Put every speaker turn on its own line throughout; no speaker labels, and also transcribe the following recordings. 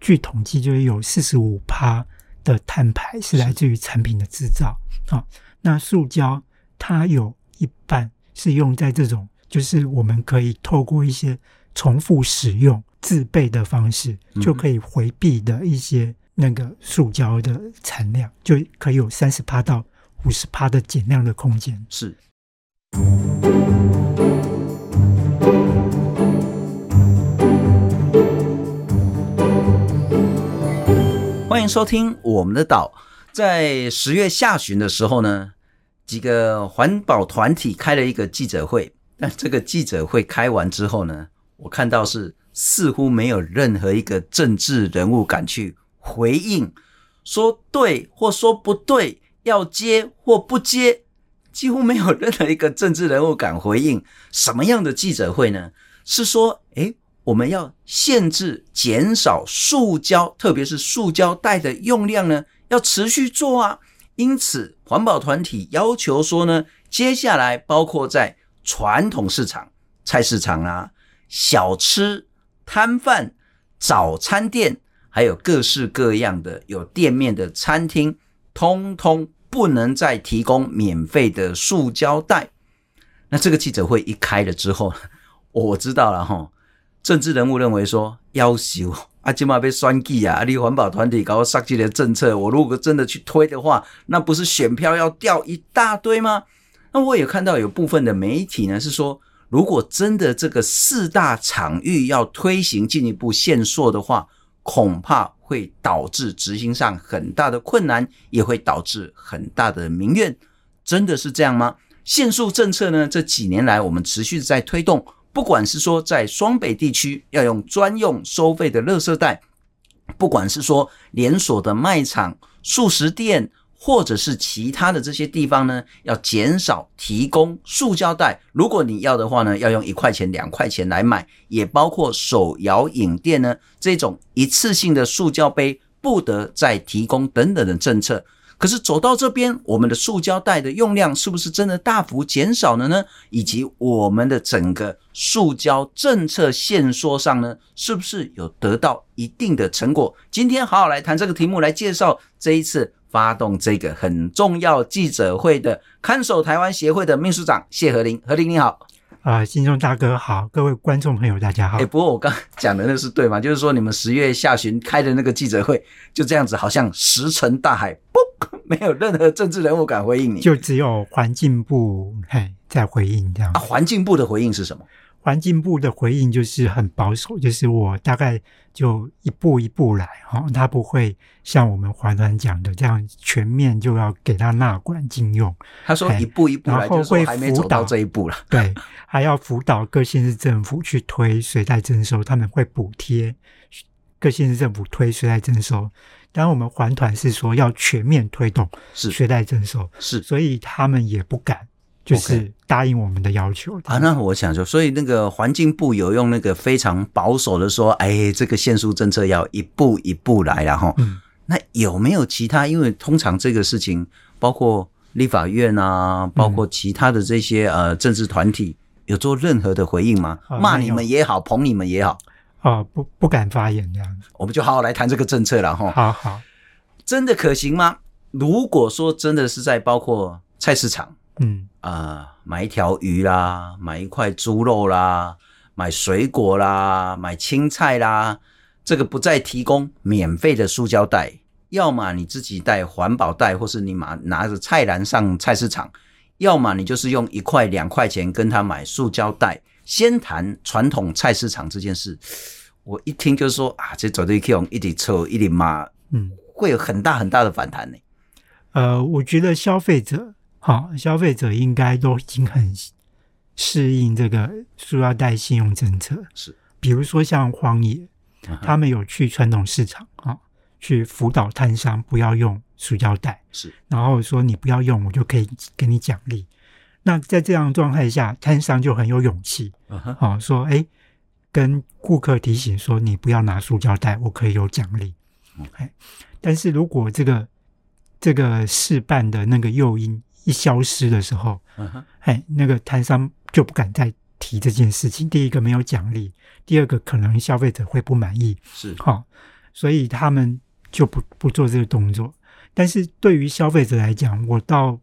据统计，就是有四十五趴的碳排是来自于产品的制造啊、那塑胶它有一半是用在这种，就是我们可以透过一些重复使用、自备的方式，
嗯
就可以回避的一些那个塑胶的产量，就可以有三十趴到五十趴的减量的空间。
是欢迎收听我们的岛。在十月下旬的时候呢，几个环保团体开了一个记者会。但这个记者会开完之后呢，我看到是似乎没有任何一个政治人物敢去回应，说对或说不对，要接或不接，几乎没有任何一个政治人物敢回应。什么样的记者会呢？是说，诶，我们要限制、减少塑胶，特别是塑胶袋的用量呢，要持续做啊。因此，环保团体要求说呢，接下来包括在传统市场、菜市场啊、小吃摊贩、早餐店，还有各式各样的有店面的餐厅，通通不能再提供免费的塑胶袋。那这个记者会一开了之后， 我知道了哈。政治人物认为说，要求啊，今嘛被酸计啊，啊，你环保团体搞上这的政策，我如果真的去推的话，那不是选票要掉一大堆吗？那我也看到有部分的媒体呢是说，如果真的这个四大场域要推行进一步限缩的话，恐怕会导致执行上很大的困难，也会导致很大的民怨。真的是这样吗？限塑政策呢，这几年来我们持续在推动，不管是说在双北地区要用专用收费的垃圾袋，不管是说连锁的卖场、素食店，或者是其他的这些地方呢，要减少提供塑胶袋。如果你要的话呢，要用一块钱、两块钱来买，也包括手摇饮店呢这种一次性的塑胶杯不得再提供等等的政策。可是走到这边，我们的塑胶袋的用量是不是真的大幅减少了呢？以及我们的整个塑胶政策限缩上呢，是不是有得到一定的成果？今天好好来谈这个题目，来介绍这一次发动这个很重要记者会的看守台湾协会的秘书长谢和林。和林你好，
啊、听众大哥好，各位观众朋友大家好
哎、。不过我刚讲的那是对吗？就是说你们十月下旬开的那个记者会，就这样子，好像石沉大海，嘣，没有任何政治人物敢回应你。
就只有环境部嘿在回应这样
啊，。环境部的回应是什么？
环境部的回应就是很保守，就是我大概就一步一步来哈、哦，他不会像我们华团讲的这样全面就要给他纳管禁用，
他说
哎
一步一步来，
然后
就是说
会
还没走到
辅导
这一步了。
对，还要辅导各县市政府去推水袋征收，他们会补贴各县市政府推水袋征收。当然，我们环团是说要全面推动
是
水袋征收，
是
所以他们也不敢就是答应我们的要求。
啊，那我想说，所以那个环境部有用那个非常保守的说，哎，这个限速政策要一步一步来然后
嗯
那有没有其他？因为通常这个事情，包括立法院
嗯
啊，包括其他的这些呃政治团体，有做任何的回应吗？
啊
骂
没
你
有
们也好，捧你们也好，
啊、不不敢发言这样子。
我们就好好来谈这个政策了哈。
好好，
真的可行吗？如果说真的是在包括菜市场。
嗯
呃，买一条鱼啦，买一块猪肉啦，买水果啦，买青菜啦，这个不再提供免费的塑胶袋，要么你自己带环保袋，或是你拿拿着菜篮上菜市场，要么你就是用一块两块钱跟他买塑胶袋。先谈传统菜市场这件事，我一听就说啊，这绝对可以用一直臭一直骂，
嗯。
会有很大很大的反弹呢、
呃，我觉得消费者，好、消费者应该都已经很适应这个塑料袋信用政策。
是，
比如说像荒野，他们有去传统市场啊、去辅导摊商不要用塑胶袋，
是
然后说你不要用，我就可以给你奖励。那在这样的状态下，摊商就很有勇气，
嗯哼，
好、说哎，跟顾客提醒说你不要拿塑胶袋，我可以有奖励。哎，但是如果这个这个事办的那个诱因一消失的时候，
嗯哼，
哎，那个摊商就不敢再提这件事情。第一个没有奖励，第二个可能消费者会不满意，
是
好、所以他们就不不做这个动作。但是对于消费者来讲，我到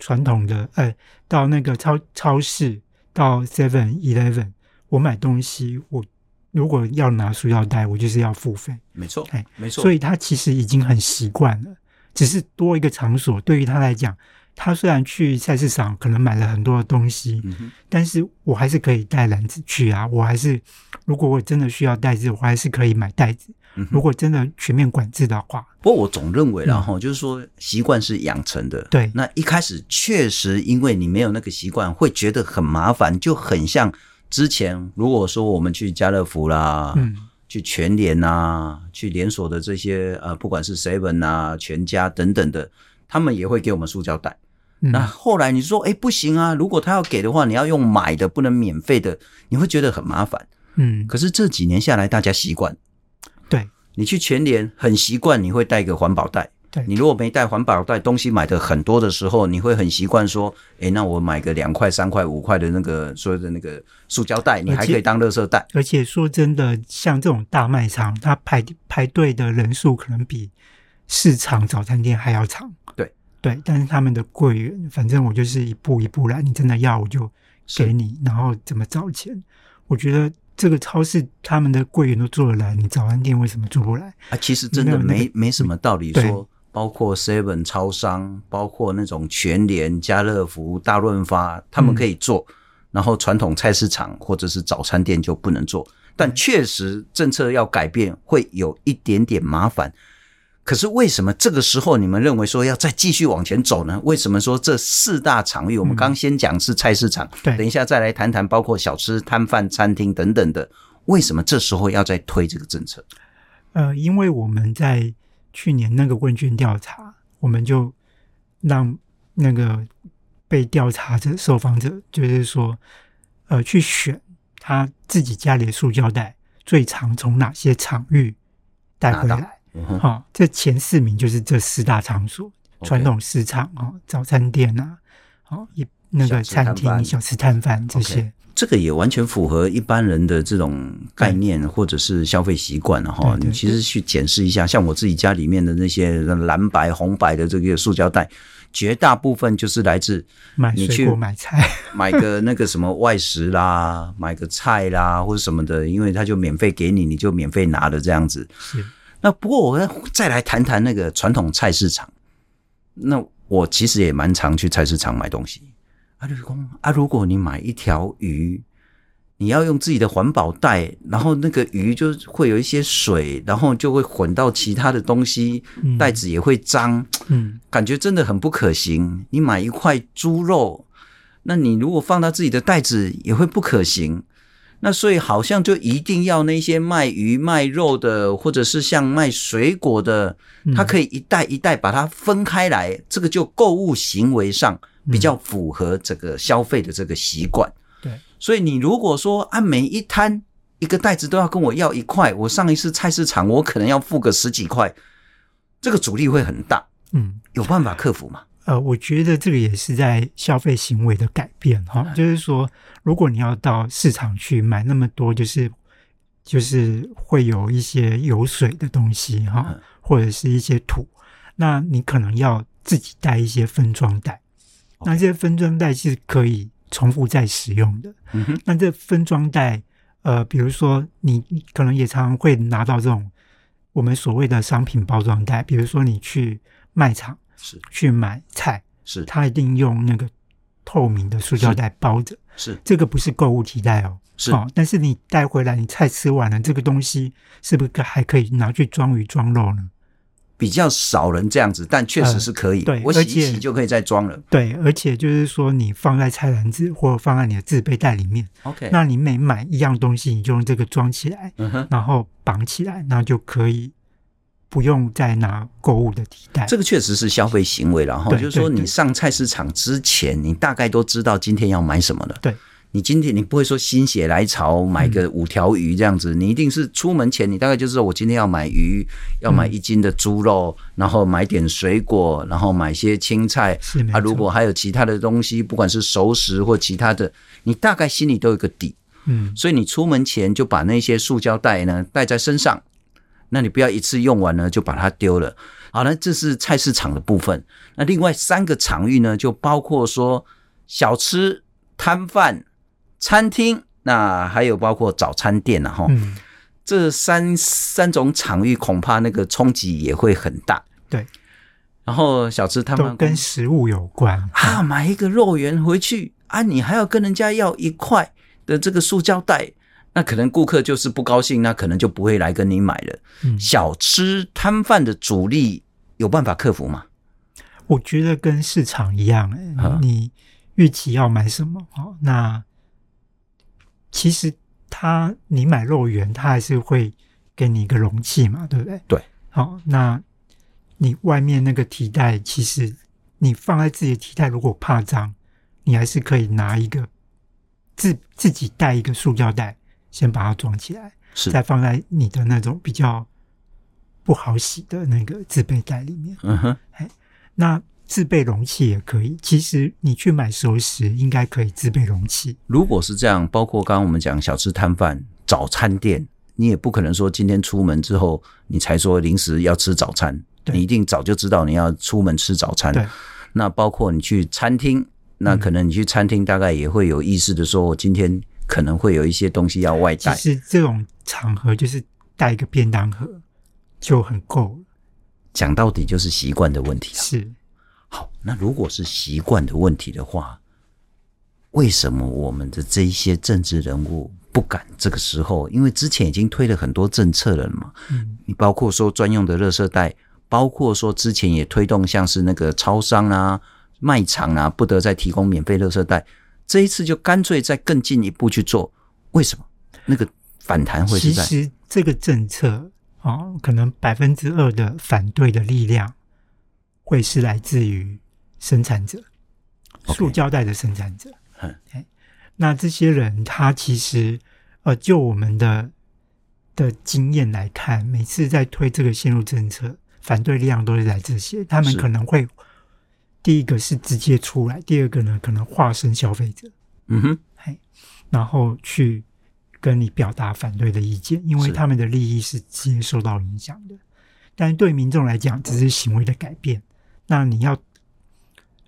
传统的呃，到那个超超市，到 Seven Eleven，我买东西，我如果要拿塑料袋，我就是要付费。
没错
哎，
没错，
所以他其实已经很习惯了，只是多一个场所，对于他来讲，他虽然去菜市场可能买了很多的东西，
嗯哼，
但是我还是可以带篮子去啊，我还是如果我真的需要袋子，我还是可以买袋子。
嗯哼
如果真的全面管制的话，
不过我总认为啦，然后、就是说习惯是养成的。
嗯对
那一开始确实因为你没有那个习惯，会觉得很麻烦，就很像之前如果说我们去家乐福啦，
嗯，
去全联啊，去连锁的这些呃，不管是 Seven 啊、全家等等的，他们也会给我们塑胶袋。
嗯
那后来你说，哎，不行啊，如果他要给的话，你要用买的，不能免费的，你会觉得很麻烦。
嗯，
可是这几年下来，大家习惯，
对
你去全联很习惯，你会带一个环保袋。
对
你如果没带环保袋，东西买的很多的时候，你会很习惯说，哎，那我买个两块、三块、五块的那个所谓的那个塑胶袋，
呃
你还可以当垃圾袋。
而且说真的，像这种大卖场，它排排队的人数可能比市场早餐店还要长。
对
对，但是他们的柜员，反正我就是一步一步来，你真的要我就是给你，然后怎么找钱？我觉得这个超市他们的柜员都做得来，你早餐店为什么做不来？
啊，其实真的
没有那
没
个
没什么道理
对
说，包括 Seven 超商，包括那种全联、家乐福、大润发，他
嗯
们可以做，然后传统菜市场或者是早餐店就不能做。但确实政策要改变，会有一点点麻烦。可是为什么这个时候你们认为说要再继续往前走呢？为什么说这四大场域，我们
嗯哎
刚先讲是菜市场，
对
等一下再来谈谈包括小吃摊贩、餐厅等等的，为什么这时候要再推这个政策？
呃，因为我们在去年那个问卷调查，我们就让那个被调查者、受访者，就是说，呃，去选他自己家里的塑胶袋最常从哪些场域带回
拿到
来。
嗯哼，
哦，这前四名就是这四大场所：
OK
传统市场哦，早餐店啊，哦，一那个
小吃摊
餐
贩
厅、小吃摊贩这
OK
些。
这个也完全符合一般人的这种概念或者是消费习惯了啊哈。
对对
你其实去检视一下，像我自己家里面的那些蓝白、红白的这个塑胶袋，绝大部分就是来自
买
你
水
去
果、买菜，
买个那个什么外食啦， 买个菜啦或者什么的，因为它就免费给你，你就免费拿的这样子。
是
那不过我再来谈谈那个传统菜市场。那我其实也蛮常去菜市场买东西。啊，就是讲啊，如果你买一条鱼，你要用自己的环保袋，然后那个鱼就会有一些水，然后就会混到其他的东西，
嗯
袋子也会脏，
嗯，
感觉真的很不可行。你买一块猪肉，那你如果放到自己的袋子也会不可行。那所以好像就一定要那些卖鱼卖肉的，或者是像卖水果的，
嗯
它可以一袋一袋把它分开来，这个就购物行为上
嗯
比较符合这个消费的这个习惯。
对，
所以你如果说按每一摊一个袋子都要跟我要一块，我上一次菜市场我可能要付个十几块，这个阻力会很大。
嗯。
有办法克服吗？
呃，我觉得这个也是在消费行为的改变哈、
嗯
就是说，如果你要到市场去买那么多，就是就是会有一些有水的东西哈、
嗯
或者是一些土，那你可能要自己带一些分装袋。那
OK
这些分装袋是可以重复再使用的。
嗯哼，
那这分装袋，呃，比如说你你可能也常常会拿到这种我们所谓的商品包装袋，比如说你去卖场
是
去买菜。
是
它一定用那个透明的塑胶袋包着。
是
这个不是购物提袋哦，
是
哦，但是你带回来，你菜吃完了，这个东西是不是还可以拿去装鱼装肉呢？
比较少人这样子，但确实
呃
是可以。
对
我洗
而
一洗
且
就可以再装了。
对，而且就是说，你放在菜篮子或放在你的自备袋里面，
OK，
那你每买一样东西，你就用这个装起来，
嗯哼，
然后绑起来，那就可以不用再拿购物的提袋。
这个确实是消费行为了哈。
对
就是说，
对对
你上菜市场之前，你大概都知道今天要买什么了。
对，嗯
你今天你不会说心血来潮买个五条鱼这样子，你一定是出门前你大概就知道我今天要买鱼，要
嗯
买一斤的猪肉，然后买点水果，然后买些青菜，
是没错。
啊，如果还有其他的东西，不管是熟食或其他的，你大概心里都有个底。
嗯
所以你出门前就把那些塑胶袋呢带在身上，那你不要一次用完呢就把它丢了。好，那这是菜市场的部分。那另外三个场域呢，就包括说小吃摊贩、餐厅，那还有包括早餐店啊，哈、
嗯，
这三三种场域恐怕那个冲击也会很大。
对，
然后小吃摊
都
贩
跟食物有关。
啊，买一个肉圆回去啊，你还要跟人家要一块的这个塑胶袋，那可能顾客就是不高兴，那可能就不会来跟你买了。
嗯，
小吃摊贩的阻力有办法克服吗？
我觉得跟市场一样，欸
啊
你预期要买什么哦，那其实他你买肉圆，他还是会给你一个容器嘛，对不对？
对。
好、那你外面那个提袋，其实你放在自己的提袋，如果怕脏，你还是可以拿一个自自己带一个塑胶袋，先把它装起来。
是
再放在你的那种比较不好洗的那个自备袋里面。哎
嗯哼，
那自备容器也可以，其实你去买熟食应该可以自备容器。
如果是这样，包括刚刚我们讲小吃摊贩、早餐店，你也不可能说今天出门之后你才说临时要吃早餐，
对
你一定早就知道你要出门吃早餐
对。
那包括你去餐厅，那可能你去餐厅大概也会有意识的说，我今天可能会有一些东西要外
其
带。
实这种场合就是带一个便当盒就很够了。
讲到底就是习惯的问题啊。
是
好，那如果是习惯的问题的话，为什么我们的这一些政治人物不敢这个时候？因为之前已经推了很多政策了嘛，
嗯，
你包括说专用的垃圾袋，包括说之前也推动像是那个超商啊、卖场啊，不得再提供免费垃圾袋，这一次就干脆再更进一步去做，为什么？那个反弹会是
其
在
实这个政策哦，可能百分之二的反对的力量会是来自于生产者，
OK
塑胶袋的生产者。
嗯
哎那这些人他其实呃，就我们的的经验来看，每次在推这个线路政策，反对力量都是来这些，他们
是
可能会。第一个是直接出来，第二个呢可能化身消费者，
嗯哼，
嘿，然后去跟你表达反对的意见，因为
是
他们的利益是直接受到影响的。但是对民众来讲，只是行为的改变。那你要，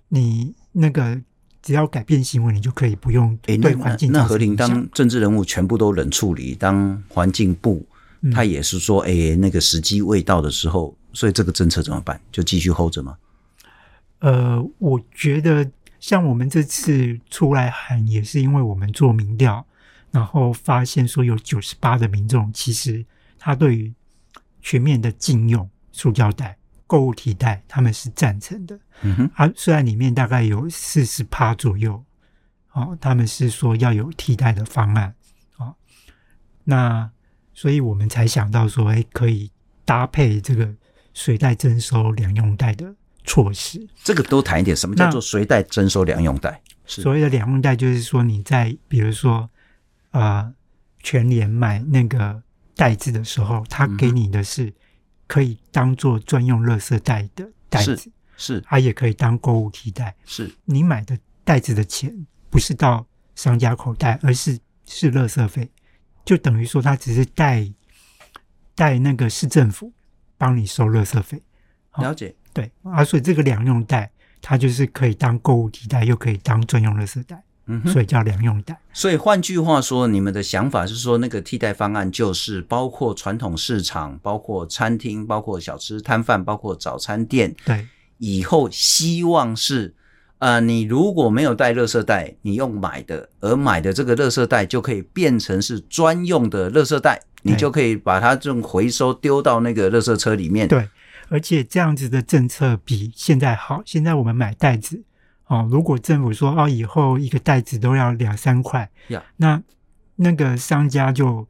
你那个只要改变行为，你就可以不用
诶，
对环境
那那
造
何
成
林
影响。
当政治人物全部都冷处理，当环境部
嗯
他也是说，诶，那个时机未到的时候，所以这个政策怎么办？就继续 hold 着吗？
呃，我觉得像我们这次出来喊，也是因为我们做民调，然后发现说有九十八的民众其实他对于全面的禁用塑胶袋、购物提袋，他们是赞成的。
嗯哼，
啊，虽然里面大概有四十趴左右，哦，他们是说要有替代的方案，哦，那所以我们才想到说，哎，可以搭配这个水袋征收两用袋的措施。
这个多谈一点，什么叫
那
做随带征收两用袋？是
所谓的两用袋，就是说你在比如说呃全联买那个袋子的时候，他给你的是可以当做专用垃圾袋的袋
是
子，
是
它也可以当购物替代。
是，
你买的袋子的钱不是到商家口袋，而是是垃圾费，就等于说他只是代代那个市政府帮你收垃圾费。好
了解。
对啊，所以这个两用袋它就是可以当购物提袋，又可以当专用垃圾袋，
嗯哼，
所以叫两用袋。
所以换句话说，你们的想法是说，那个替代方案就是包括传统市场、包括餐厅、包括小吃摊贩、包括早餐店，
对
以后希望是，呃，你如果没有带垃圾袋，你用买的，而买的这个垃圾袋就可以变成是专用的垃圾袋，你
对
就可以把它这种回收丢到那个垃圾车里面。，
对，而且这样子的政策比现在好。现在我们买袋子哦，如果政府说哦，以后一个袋子都要两三块
呀
那那个商家就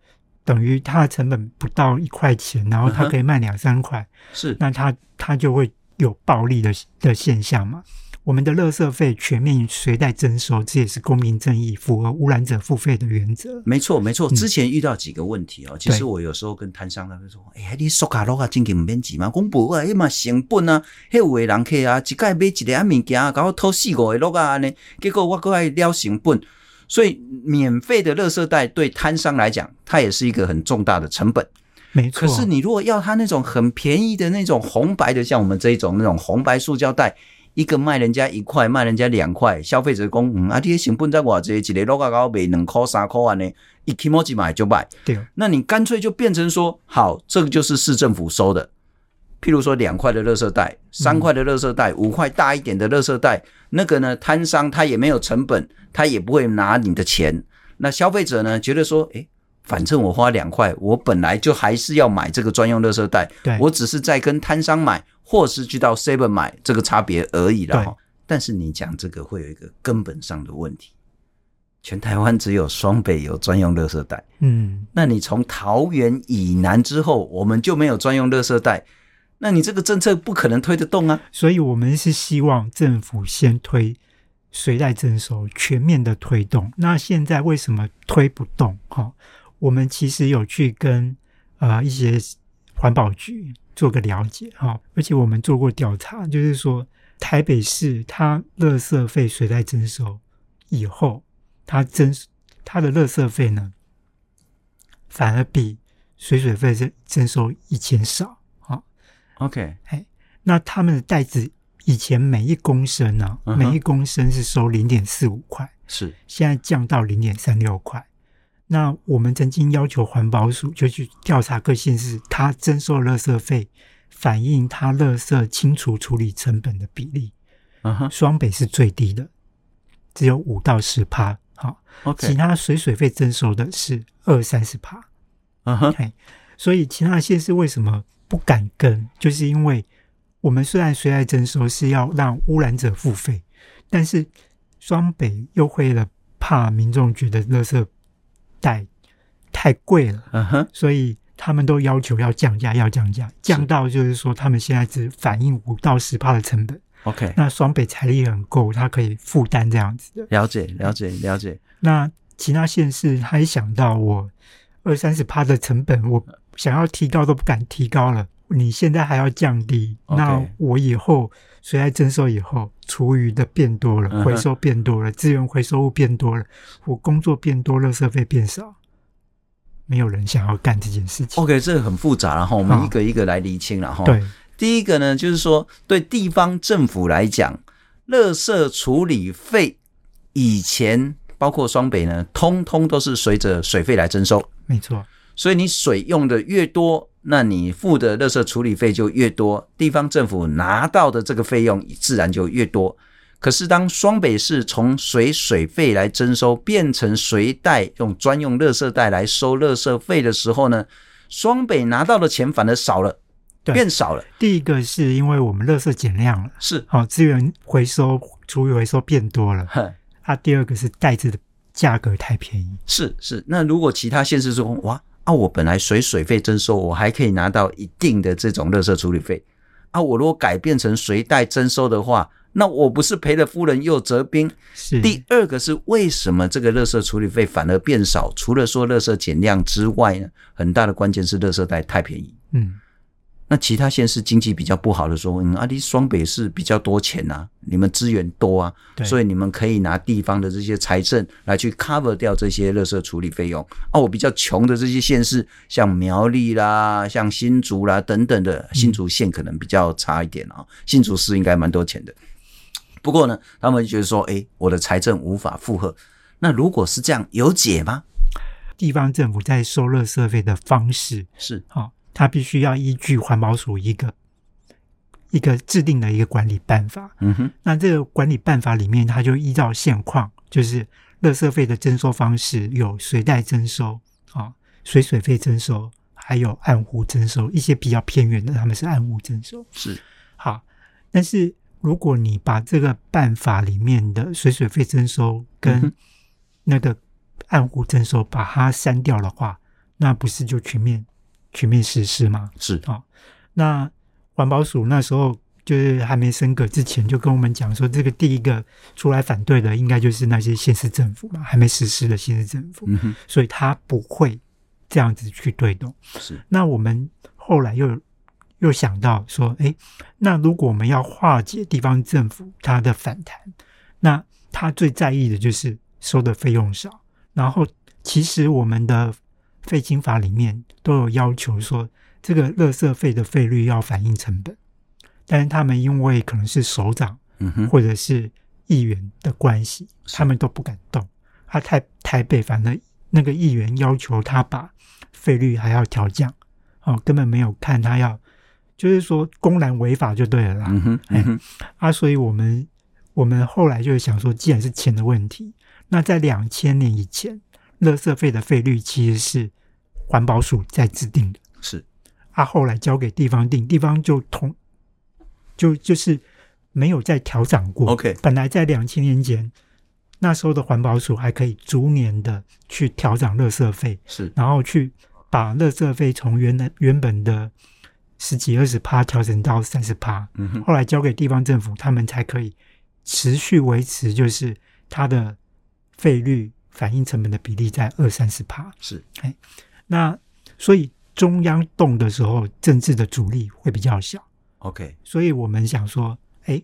等于他的成本不到一块钱，然后
嗯
他
哼
可以卖两三块，
是
那他他就会有暴利的的现象嘛。我们的垃圾费全面随袋征收，这也是公平正义、符合污染者付费的原则。
没错，没错。
嗯
之前遇到几个问题哦，其实
对
我有时候跟摊商他们说：“哎、呀，你塑卡落啊，真金唔免钱嘛，讲无啊，迄嘛成本啊，迄有诶人客啊，一届买一个啊物件啊，搞我偷四五个落啊安尼，结果我搁爱了成本。”所以，免费的垃圾袋对摊商来讲，它也是一个很重大的成本。
没错。
可是你如果要它那种很便宜的那种红白的，像我们这一种那种红白塑胶袋，一个卖人家一块，卖人家两块，消费者讲，嗯，啊，这些成本在偌济，一个落个高卖两块三块安尼，一起毛几买就买。
对，
那你干脆就变成说，好，这个就是市政府收的，譬如说两块的垃圾袋、
嗯
三块的垃圾袋、五块大一点的垃圾袋，那个呢，摊商他也没有成本，他也不会拿你的钱。那消费者呢，觉得说，诶，反正我花两块，我本来就还是要买这个专用垃圾袋，
对
我只是在跟摊商买，或是去到 Seven 买这个差别而已了
对
哈。但是你讲这个会有一个根本上的问题，全台湾只有双北有专用垃圾袋。
嗯，
那你从桃园以南之后，我们就没有专用垃圾袋，那你这个政策不可能推得动啊。
所以我们是希望政府先推随袋征收，全面的推动。那现在为什么推不动？哈、我们其实有去跟呃一些环保局做个了解哈、而且我们做过调查，就是说台北市它垃圾费随袋征收以后，它征它的垃圾费呢，反而比水水费征征收以前少啊。
OK，
哎那他们的袋子以前每一公升呢、
嗯哼
每一公升是收零点四五块，
是
现在降到零点三六块。那我们曾经要求环保署就去调查各县市，它征收垃圾费反映它垃圾清除处理成本的比例，
嗯哼
双北是最低的，只有五到十趴。好，其
Uh-huh， ，OK，
他水水费征收的是二三十趴。
嗯哼，
嘿，所以其他的县市为什么不敢跟？就是因为我们虽然随爱征收是要让污染者付费，但是双北又为了怕民众觉得垃圾袋太贵了，
嗯哼，
所以他们都要求要降价，要降价，降到就是说他们现在只反映五到十帕的成本。
，OK，
那双北财力很够，它可以负担这样子的。
了解，了解，了解，
那其他县市，他一想到我二三十趴的成本，我想要提高都不敢提高了。你现在还要降低
OK
那我以后谁来征收以后，厨余的变多
嗯哼
了，回收变多了，资源回收物变多了，我工作变多，垃圾费变少，没有人想要干这件事情。
OK，这个很复杂然后我们
好
一个一个来厘清然后
对，
第一个呢，就是说对地方政府来讲，垃圾处理费以前包括双北呢，通通都是随着水费来征收。
没错，
所以你水用的越多，那你付的垃圾处理费就越多，地方政府拿到的这个费用自然就越多。可是当双北市从水水费来征收变成水袋用专用垃圾袋来收垃圾费的时候呢，双北拿到的钱反而少了，
对
变少了，
第一个是因为我们垃圾减量了，
是，
好、资源回收、厨余回收变多了。
哼
啊，第二个是袋子的价格太便宜。
是是。那如果其他县市说，哇啊，我本来水水费征收，我还可以拿到一定的这种垃圾处理费啊，我如果改变成随袋征收的话，那我不是赔了夫人又折兵？
是
第二个是为什么这个垃圾处理费反而变少？除了说垃圾减量之外呢，很大的关键是垃圾袋太便宜。
嗯，
那其他县市经济比较不好的说，嗯，啊，你双北市比较多钱啊，你们资源多啊，
对，
所
以
以你们可以拿地方的这些财政来去 cover 掉这些垃圾处理费用啊。我比较穷的这些县市，像苗栗啦、像新竹啦等等的，
嗯
新竹县可能比较差一点啊、新竹市应该蛮多钱的。不过呢，他们就觉得说，诶，我的财政无法负荷。那如果是这样，有解吗？
地方政府在收垃圾费的方式，
是
哦，它必须要依据环保署一个一个制定的一个管理办法。
嗯哼，
那这个管理办法里面，它就依照现况，就是垃圾费的征收方式有随袋征收啊、哦水水费征收，还有按户征收。一些比较偏远的，他们是按户征收。
是
好，但是如果你把这个办法里面的水水费征收
嗯
跟
哼
那个暗户征收把它删掉的话，那不是就全面全面实施吗？
是，
那环保署那时候就是还没升格之前，就跟我们讲说，这个第一个出来反对的应该就是那些县市政府嘛，还没实施的县市政府，
嗯哼，
所以他不会这样子去推动。
是
那我们后来又又想到说，诶，那如果我们要化解地方政府它的反弹，那他最在意的就是收的费用少，然后其实我们的废氢法里面都有要求说，这个垃圾费的费率要反映成本，但是他们因为可能是首长
嗯哼，
或者是议员的关系，
是
他们都不敢动。他台台北反正那个议员要求他把费率还要调降，哦，根本没有看他要，就是说公然违法就对了啦。
嗯哼，
哎
嗯哼，
啊，所以我们我们后来就是想说，既然是钱的问题，那在两千年以前，垃圾费的费率其实是环保署在制定的，
是
啊，后来交给地方定，地方就同就就是没有再调整过。
OK
本来在两千年前，那时候的环保署还可以逐年的去调整垃圾费，
是，
然后去把垃圾费从原来原本的十几二十趴调整到三十趴。
嗯哼，
后来交给地方政府，他们才可以持续维持，就是它的费率反映成本的比例在二三十趴。
是
那所以中央动的时候，政治的阻力会比较小。
OK，
所以我们想说，哎，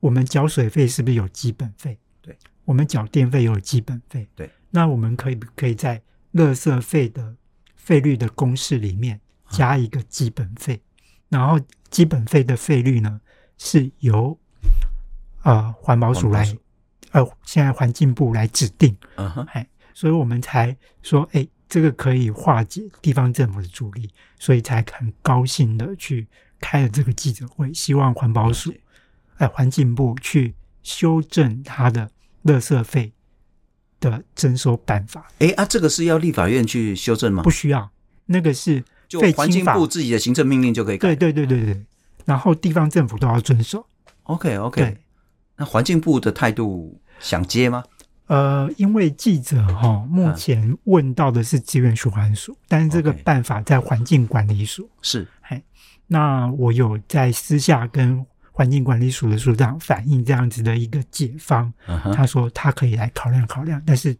我们缴水费是不是有基本费？
对，
我们缴电费有基本费。
对，
那我们可以不可以在垃圾费的费率的公式里面
啊
加一个基本费，然后基本费的费率呢是由呃环保署来
环保署
呃现在环境部来指定，
嗯哼，
哎，所以我们才说，哎，这个可以化解地方政府的阻力，所以才很高兴的去开了这个记者会，希望环保署
了解、
哎环境部去修正它的垃圾费的征收办法，
哎啊，这个是要立法院去修正吗
不？需要那个是
就
废
环
清
境
法，
部自己的嗯行政命令就可以改
对对对对对，然后地方政府都要遵守，
？OK
对
OK，。那环境部的态度想接吗？
呃，因为记者哈、目
嗯
前问到的是资源循环署，但是这个
OK
办法在环境管理署。
是
那我有在私下跟环境管理署的署长反映这样子的一个解方，
嗯哼。
他说他可以来考量考量，但是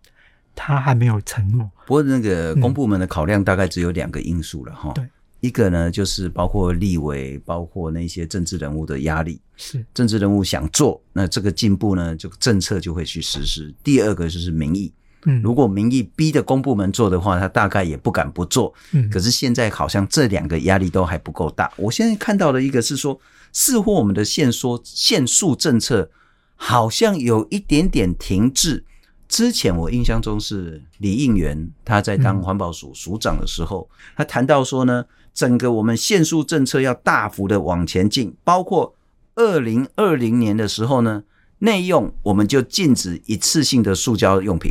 他还没有承诺。
不过那个公部门的考量大概只有两个因素了哈。
对
一个呢就是包括立委，包括那些政治人物的压力，
是
政治人物想做，那这个进步呢，就政策就会去实施。第二个就是民意，
嗯，
如果民意逼的公部门做的话，他大概也不敢不做。
嗯
可是现在好像这两个压力都还不够大。我现在看到的一个是说，似乎我们的限缩限速政策好像有一点点停滞。之前我印象中是李应元他在当
嗯
环保署署长的时候，他谈到说呢，整个我们限速政策要大幅的往前进，包括二零二零年的时候呢，内用我们就禁止一次性的塑胶用品。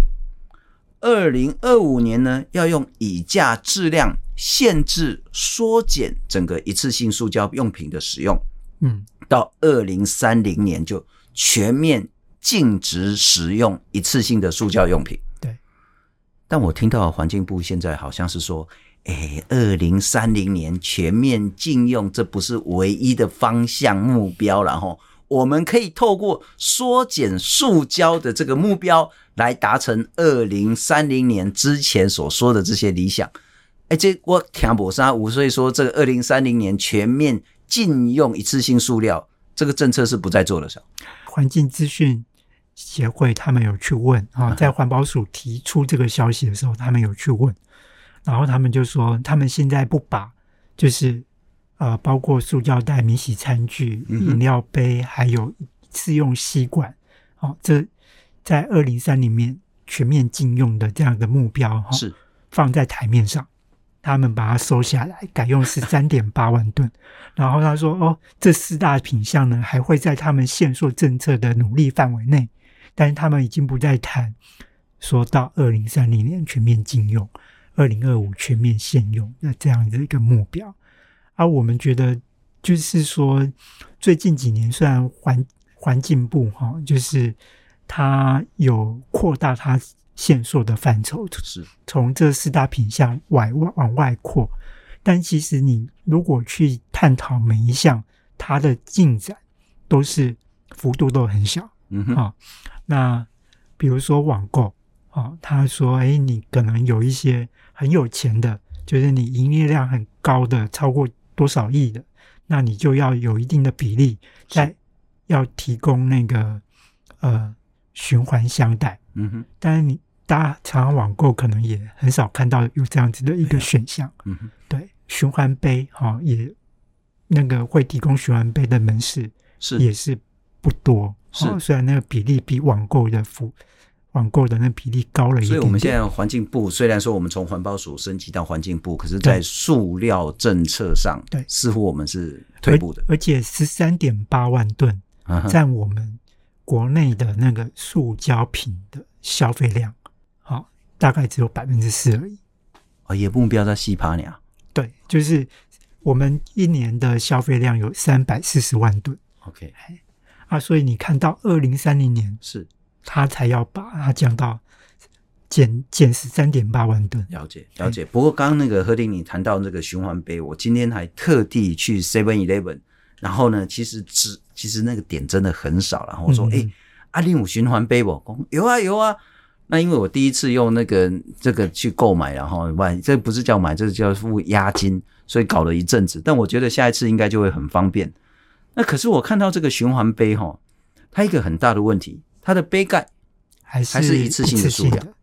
二零二五年呢，要用以价质量限制缩减整个一次性塑胶用品的使用，
嗯
到二零三零年就全面禁止使用一次性的塑胶用品。
对，
但我听到环境部现在好像是说，哎，二零三零年全面禁用，这不是唯一的方向目标然后我们可以透过缩减塑胶的这个目标，来达成二零三零年之前所说的这些理想。哎，这我听不沙五，所以说这个二零三零年全面禁用一次性塑料，这个政策是不再做了，是吧
环境资讯协会他们有去问
嗯
啊，在环保署提出这个消息的时候，他们有去问，然后他们就说，他们现在不把就是呃，包括塑胶袋、免洗餐具、
嗯哼
饮料杯，还有自用吸管，哦，这在二零三里面全面禁用的这样的目标哈，
是
放在台面上，他们把它收下来，改用十三点八万吨。然后他说：“哦，这四大品项呢，还会在他们限缩政策的努力范围内，但是他们已经不再谈说到二零三零年全面禁用，二零二五全面限用那这样的一个目标。”而我们觉得，就是说，最近几年虽然环环境部哈、就是它有扩大它限缩的范畴，
是，
从这四大品项往外往外扩，但其实你如果去探讨每一项它的进展，都是幅度都很小。
嗯哼，
啊那比如说网购啊，他说，哎，你可能有一些很有钱的，就是你营业量很高的，超过多少亿的，那你就要有一定的比例在要提供那个呃循环箱袋。
嗯哼，
但是你大家常常网购可能也很少看到有这样子的一个选项。
嗯哼，
对，循环杯哈、哦也那个会提供循环杯的门市也
是
是不多，
是
哦虽然那个比例比网购的服网购的那比例高了一点
所以
点，
我们现在环境部虽然说我们从环保署升级到环境部，可是，在
对
塑料政策上，
对
似乎我们是退步的。
而且十三点八万吨
啊哈
占我们国内的那个塑胶品的消费量，好、大概只有百分之四而已。
哦，也目标在西帕尼亚。
对，就是我们一年的消费量有三百四十万吨
OK，
啊，所以你看到二零三零年，
是
它才要把它降到减减十三点八万吨。
了解了解。不过刚刚那个何婷你谈到那个循环杯，我今天还特地去 Seven Eleven，然后呢，其实只其实那个点真的很少。然后我说，
嗯
哎、阿玲有循环杯不？讲有啊有啊。那因为我第一次用那个这个去购买，然后买这不是叫买，这叫付押金，所以搞了一阵子。但我觉得下一次应该就会很方便。那可是我看到这个循环杯哈，它一个很大的问题，它的杯盖
还是
还是一次性的塑料
的。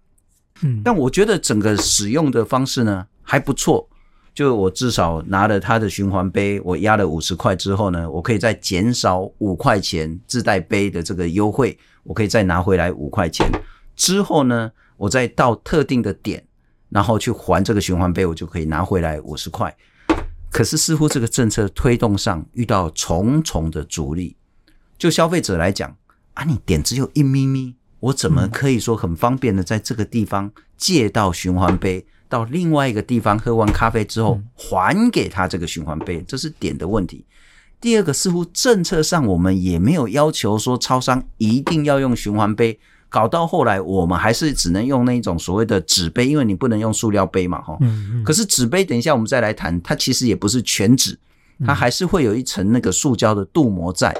嗯，
但我觉得整个使用的方式呢还不错，就我至少拿了它的循环杯，我压了五十块之后呢，我可以再减少五块钱自带杯的这个优惠，我可以再拿回来五块钱。之后呢，我再到特定的点，然后去还这个循环杯，我就可以拿回来五十块。可是似乎这个政策推动上遇到重重的阻力，就消费者来讲啊，你点只有一咪咪，我怎么可以说很方便的在这个地方借到循环杯，到另外一个地方喝完咖啡之后还给他这个循环杯？这是点的问题。第二个，似乎政策上我们也没有要求说超商一定要用循环杯，搞到后来我们还是只能用那种所谓的纸杯，因为你不能用塑料杯嘛，哈。
嗯嗯，
可是纸杯，等一下我们再来谈，它其实也不是全纸，
嗯
它还是会有一层那个塑胶的镀膜在。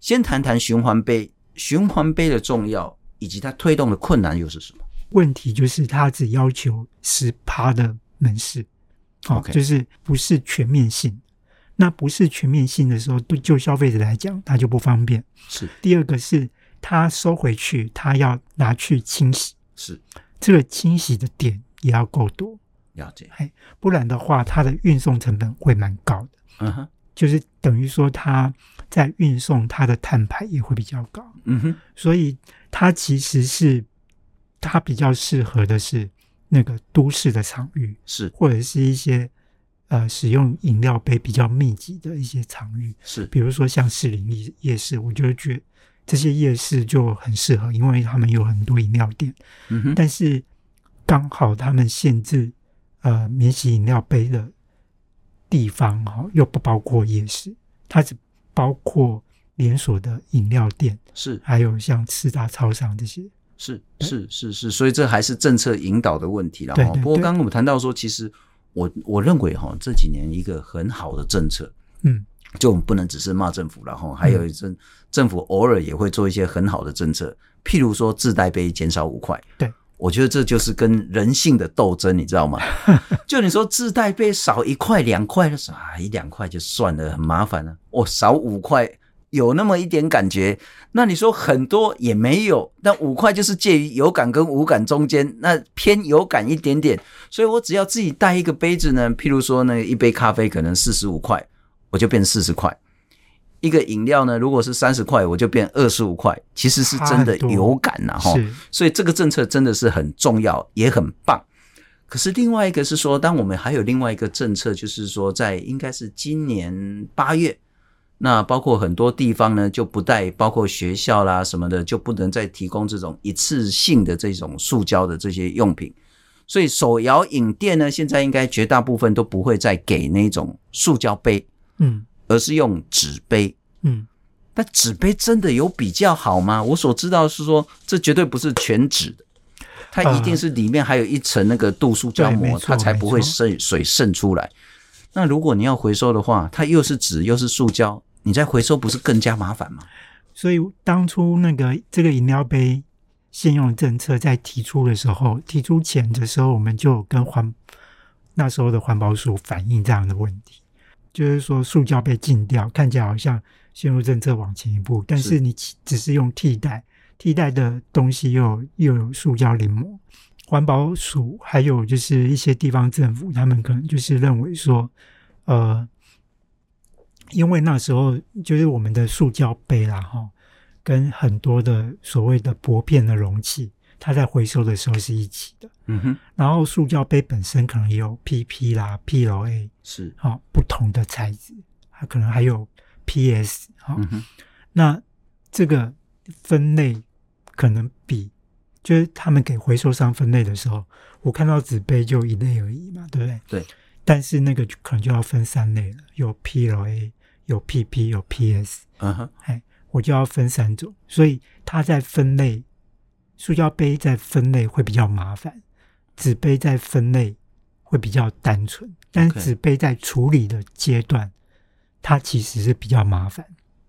先谈谈循环杯，循环杯的重要以及它推动的困难又是什么？
问题就是它只要求十趴的门市，哦
OK
就是不是全面性。那不是全面性的时候，对就消费者来讲，它就不方便。
是
第二个是它收回去，它要拿去清洗，
是，
这个清洗的点也要够多，
了解。
不然的话，它的运送成本会蛮高的，
嗯哼，
就是等于说它在运送它的碳排也会比较高。
嗯哼，
所以它其实是它比较适合的是那个都市的场域，
是
或者是一些呃使用饮料杯比较密集的一些场域，
是
比如说像士林夜夜市，我就觉得这些夜市就很适合，因为他们有很多饮料店，
嗯哼，
但是刚好他们限制呃免洗饮料杯的地方哦，又不包括夜市，它只包括连锁的饮料店。
是
还有像四大超商这些，
是是是是，所以这还是政策引导的问题了
对
哈。
对
不过
对
刚刚我们谈到说，其实我我认为哈，这几年一个很好的政策，
嗯，
就我们不能只是骂政府了哈，还有一政政府偶尔也会做一些很好的政策，譬如说自带杯减少五块。
对，
我觉得这就是跟人性的斗争，你知道吗？ 就你说自带杯少一块两块，就是啊一两块就算了，很麻烦了、我、少五块有那么一点感觉，那你说很多也没有，但五块就是介于有感跟无感中间，那偏有感一点点。所以我只要自己带一个杯子呢，譬如说呢，一杯咖啡可能四十五块，我就变四十块；一个饮料呢，如果是三十块，我就变二十五块。其实是真的
差很多
有感呐、哈。
是
所以这个政策真的是很重要，也很棒。可是另外一个是说，当我们还有另外一个政策，就是说在应该是今年八月，那包括很多地方呢就不带，包括学校啦什么的就不能再提供这种一次性的这种塑胶的这些用品。所以手摇饮店呢，现在应该绝大部分都不会再给那种塑胶杯，
嗯
而是用纸杯。
嗯，
但纸杯真的有比较好吗？我所知道是说，这绝对不是全纸的，它一定是里面还有一层那个镀塑胶
啊对
膜，
没错
它才不会
没错
渗水渗出来。那如果你要回收的话，它又是纸又是塑胶，你再回收不是更加麻烦吗？
所以当初那个这个饮料杯限用政策在提出的时候，提出前的时候，我们就有跟环那时候的环保署反映这样的问题，就是说塑胶被禁掉，看起来好像陷入政策往前一步，但
是
是你其只是用替代替代的东西又有又有塑胶临摹。环保署还有就是一些地方政府，他们可能就是认为说，呃，因为那时候就是我们的塑胶杯啦，哈，跟很多的所谓的薄片的容器，它在回收的时候是一起的。
嗯哼，
然后塑胶杯本身可能也有 PP 啦、PLA
是，
好、不同的材质，它可能还有 PS 好、
嗯哼，
那这个分类可能比就是他们给回收商分类的时候，我看到纸杯就一类而已嘛，对不对？
对。
但是那个就可能就要分三类了，有 PLA、有 PP、有 PS，
嗯哼，
哎，我就要分三种，所以它在分类，塑胶杯在分类会比较麻烦，纸杯在分类会比较单纯，但是
OK
纸杯在处理的阶段，它其实是比较麻烦，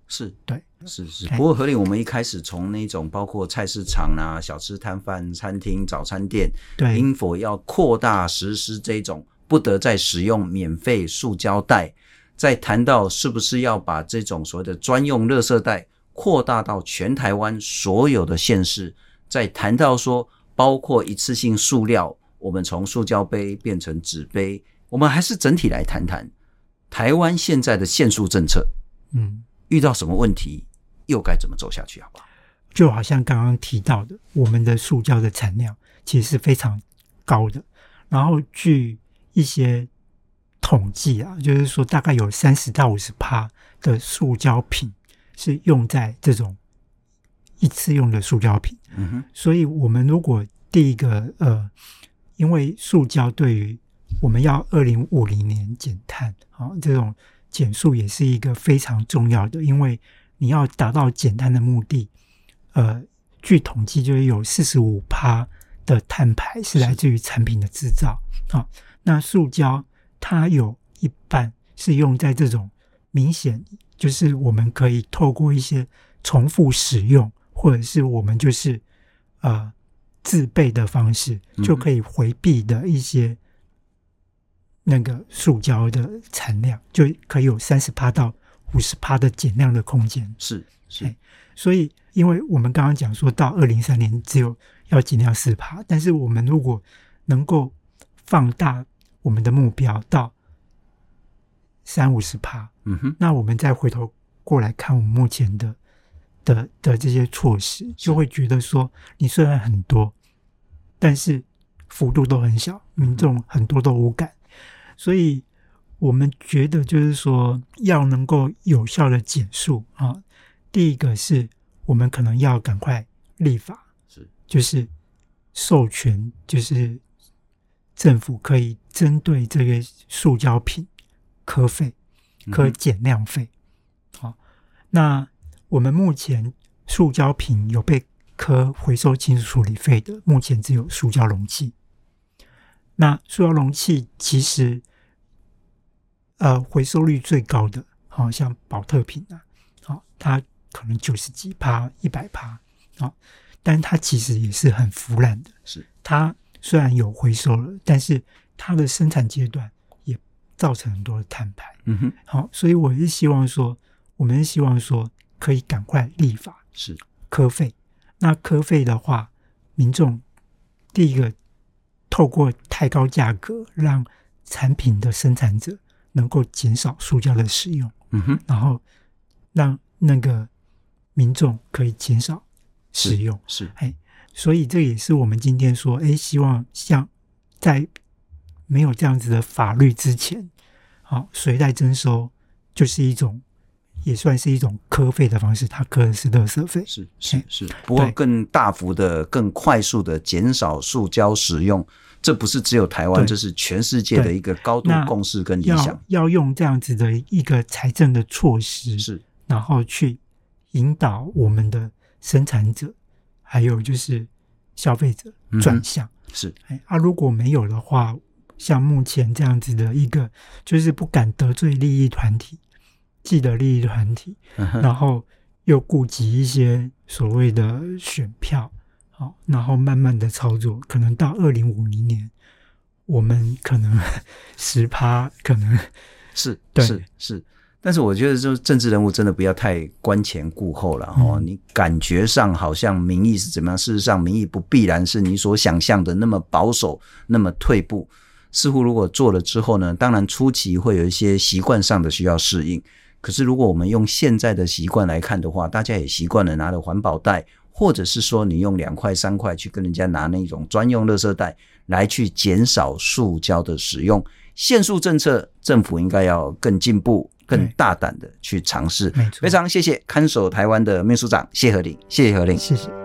是。
对。
是是，
哎
不过合理。我们一开始从那种包括菜市场啊、小吃摊贩、餐厅、早餐店，
对，
应否要扩大实施这种不得再使用免费塑胶袋？再谈到是不是要把这种所谓的专用垃圾袋扩大到全台湾所有的县市？再谈到说，包括一次性塑料，我们从塑胶杯变成纸杯，我们还是整体来谈谈台湾现在的限塑政策
嗯。
遇到什么问题，又该怎么走下去，好不好？
就好像刚刚提到的，我们的塑胶的产量其实是非常高的。然后据一些统计啊，就是说大概有三十到五十趴的塑胶品是用在这种一次用的塑胶品。
嗯哼，
所以，我们如果第一个呃，因为塑胶对于我们要二零五零年减碳，好、这种减速也是一个非常重要的，因为你要达到减碳的目的，呃，据统计就是有四十五趴的碳排是来自于产品的制造啊、那塑胶它有一半是用在这种明显就是我们可以透过一些重复使用，或者是我们就是呃自备的方式，
哼
就可以回避的一些那个塑胶的产量，就可以有三十趴到五十趴的减量的空间。
是是
哎，所以，因为我们刚刚讲说到二零三年只有要尽量四趴，但是我们如果能够放大我们的目标到三五十趴，
嗯哼，
那我们再回头过来看我们目前的的的这些措施，就会觉得说，你虽然很多，但是幅度都很小，民众很多都无感，所以我们觉得就是说，要能够有效的减速啊，第一个是我们可能要赶快立法，
是
就是授权，就是政府可以针对这个塑胶品科费、科
嗯哼
减量费。好、那我们目前塑胶品有被科回收清除处理费的，目前只有塑胶容器。那塑胶容器其实，呃，回收率最高的，好、像保特瓶啊，好、它可能九十几趴、一百趴，好、但它其实也是很腐烂的。
是
它虽然有回收了，但是它的生产阶段也造成很多的碳排。
嗯哼
好，所以我是希望说，我们是希望说可以赶快立法
是
科费。那科费的话，民众第一个透过太高价格，让产品的生产者能够减少塑胶的使用。
嗯哼
然后让那个民众可以减少使用。
是
所以这也是我们今天说，哎，希望像在没有这样子的法律之前，好、水袋征收就是一种，也算是一种科费的方式，它科的是垃圾费。
是是
哎
是，不过
对
更大幅的、更快速的减少塑胶使用，这不是只有台湾，
对
这是全世界的
对
一个高度
那
共识跟理
要
想。
要用这样子的一个财政的措施，
是
然后去引导我们的生产者，还有就是消费者
嗯哼
转向。
是，
哎，啊，如果没有的话，像目前这样子的一个，就是不敢得罪利益团体，既得利益团体，
嗯哼
然后又顾及一些所谓的选票，好、然后慢慢的操作，可能到二零五零年，我们可能 十趴，可能
是
对
是是。但是我觉得，就是政治人物真的不要太观前顾后了哦。
嗯
你感觉上好像民意是怎么样，事实上民意不必然是你所想象的那么保守、那么退步。似乎如果做了之后呢，当然初期会有一些习惯上的需要适应。可是如果我们用现在的习惯来看的话，大家也习惯了拿着环保袋，或者是说你用两块三块去跟人家拿那种专用垃圾袋来去减少塑胶的使用。限塑政策，政府应该要更进步、更
对
大胆的去尝试。
没错
非常谢谢看守台湾的秘书长谢和林，谢谢和林。
谢谢。